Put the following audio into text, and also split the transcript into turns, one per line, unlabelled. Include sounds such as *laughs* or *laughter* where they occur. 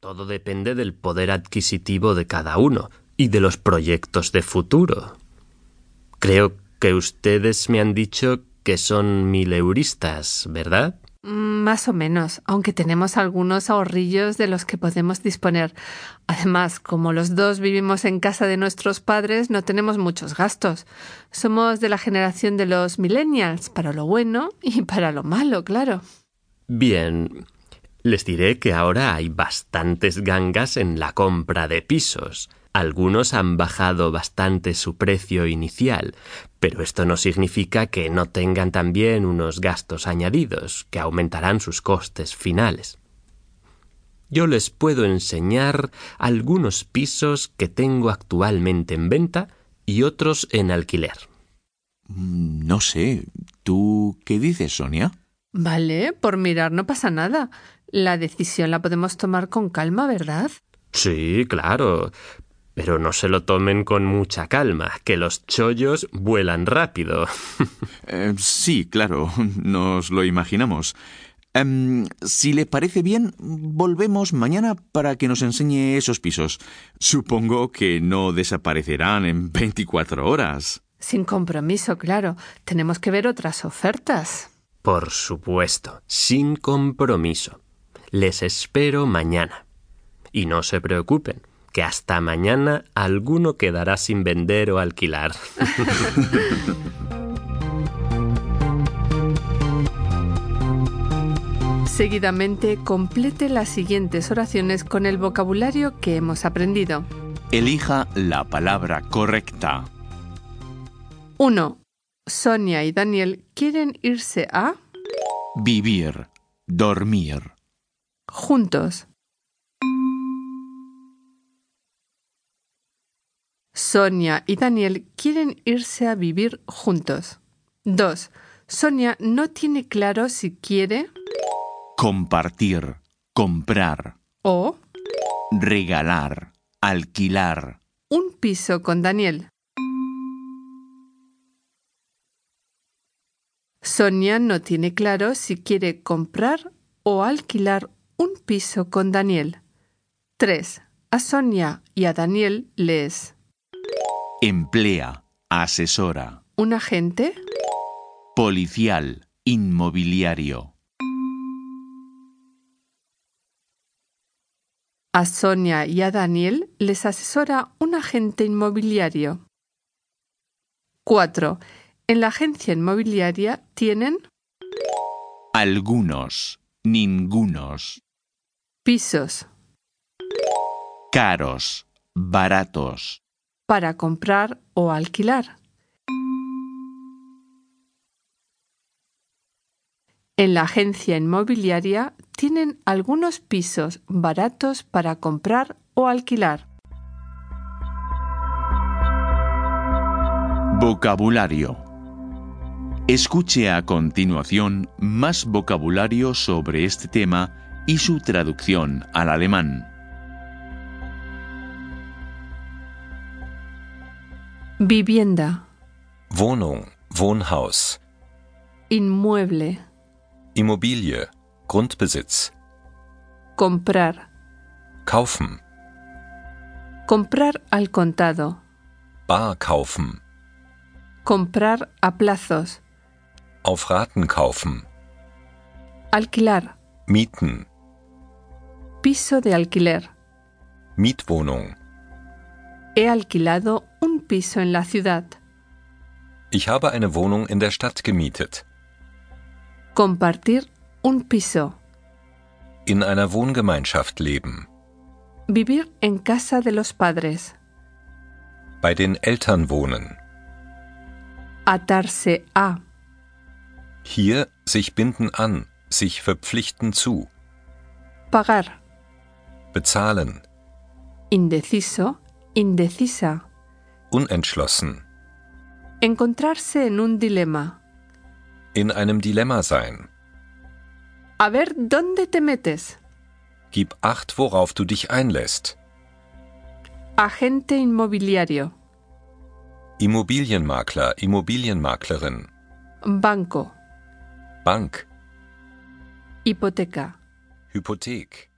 Todo depende del poder adquisitivo de cada uno y de los proyectos de futuro. Creo que ustedes me han dicho que son mileuristas, ¿verdad?
Mm, Más o menos, aunque tenemos algunos ahorrillos de los que podemos disponer. Además, como los dos vivimos en casa de nuestros padres, no tenemos muchos gastos. Somos de la generación de los millennials, para lo bueno y *laughs* para lo malo, claro.
Bien, les diré que ahora hay bastantes gangas en la compra de pisos. Algunos han bajado bastante su precio inicial, pero esto no significa que no tengan también unos gastos añadidos que aumentarán sus costes finales. Yo les puedo enseñar algunos pisos que tengo actualmente en venta y otros en alquiler.
Mm, No sé. ¿Tú qué dices, Sonia?
Vale, por mirar no pasa nada. La decisión la podemos tomar con calma, ¿verdad?
Sí, claro. Pero no se lo tomen con mucha calma, que los chollos vuelan rápido.
Eh, sí, claro, *laughs* nos lo imaginamos. Em, si le parece bien, volvemos mañana para que nos enseñe esos pisos. Supongo que no desaparecerán en *laughs* 24 horas.
Sin compromiso, claro. Tenemos que ver otras ofertas.
Por supuesto, sin compromiso. Les espero mañana. Y no se preocupen, que hasta mañana alguno quedará sin vender o alquilar.
Seguidamente, complete las siguientes oraciones con el vocabulario que hemos aprendido.
Elija la palabra correcta.
1. Sonia y Daniel quieren irse a
Vivir. Dormir.
juntos. Sonia y Daniel quieren irse a vivir juntos. 2. Sonia no tiene claro si quiere
Compartir. Comprar.
o
Regalar. Alquilar.
un piso con Daniel. Sonia no tiene claro si quiere comprar o alquilar un piso con Daniel. 3. A Sonia y a Daniel les
Emplea. Asesora.
un agente,
Policial. Inmobiliario.
a Sonia y a Daniel les asesora un agente inmobiliario. 4. En la agencia inmobiliaria tienen
Algunos. Ningunos.
pisos
Caros. Baratos.
para comprar o alquilar. En la agencia inmobiliaria tienen algunos pisos baratos para comprar o alquilar.
Vocabulario. Escuche a continuación más vocabulario sobre este tema y su traducción al alemán.
Vivienda,
Wohnung, Wohnhaus,
inmueble,
Immobilie, Grundbesitz,
comprar,
Kaufen,
comprar al contado,
Bar kaufen,
comprar a plazos,
auf Raten kaufen,
alquilar,
Mieten,
piso de alquiler.
Mietwohnung.
He alquilado un piso en la ciudad,
Ich habe eine Wohnung in der Stadt gemietet,
compartir un piso,
in einer Wohngemeinschaft leben,
vivir en casa de los padres.
bei den Eltern wohnen,
Atarse a.
hier sich binden an, sich verpflichten zu,
Pagar.
bezahlen,
Indeciso. Indecisa.
unentschlossen,
Encontrarse en un dilema.
in einem Dilemma sein.
A ver dónde te metes.
Gib acht, worauf du dich einlässt.
Agente inmobiliario.
Immobilienmakler, Immobilienmaklerin,
Banco.
Bank,
Hipoteca.
Hypothek.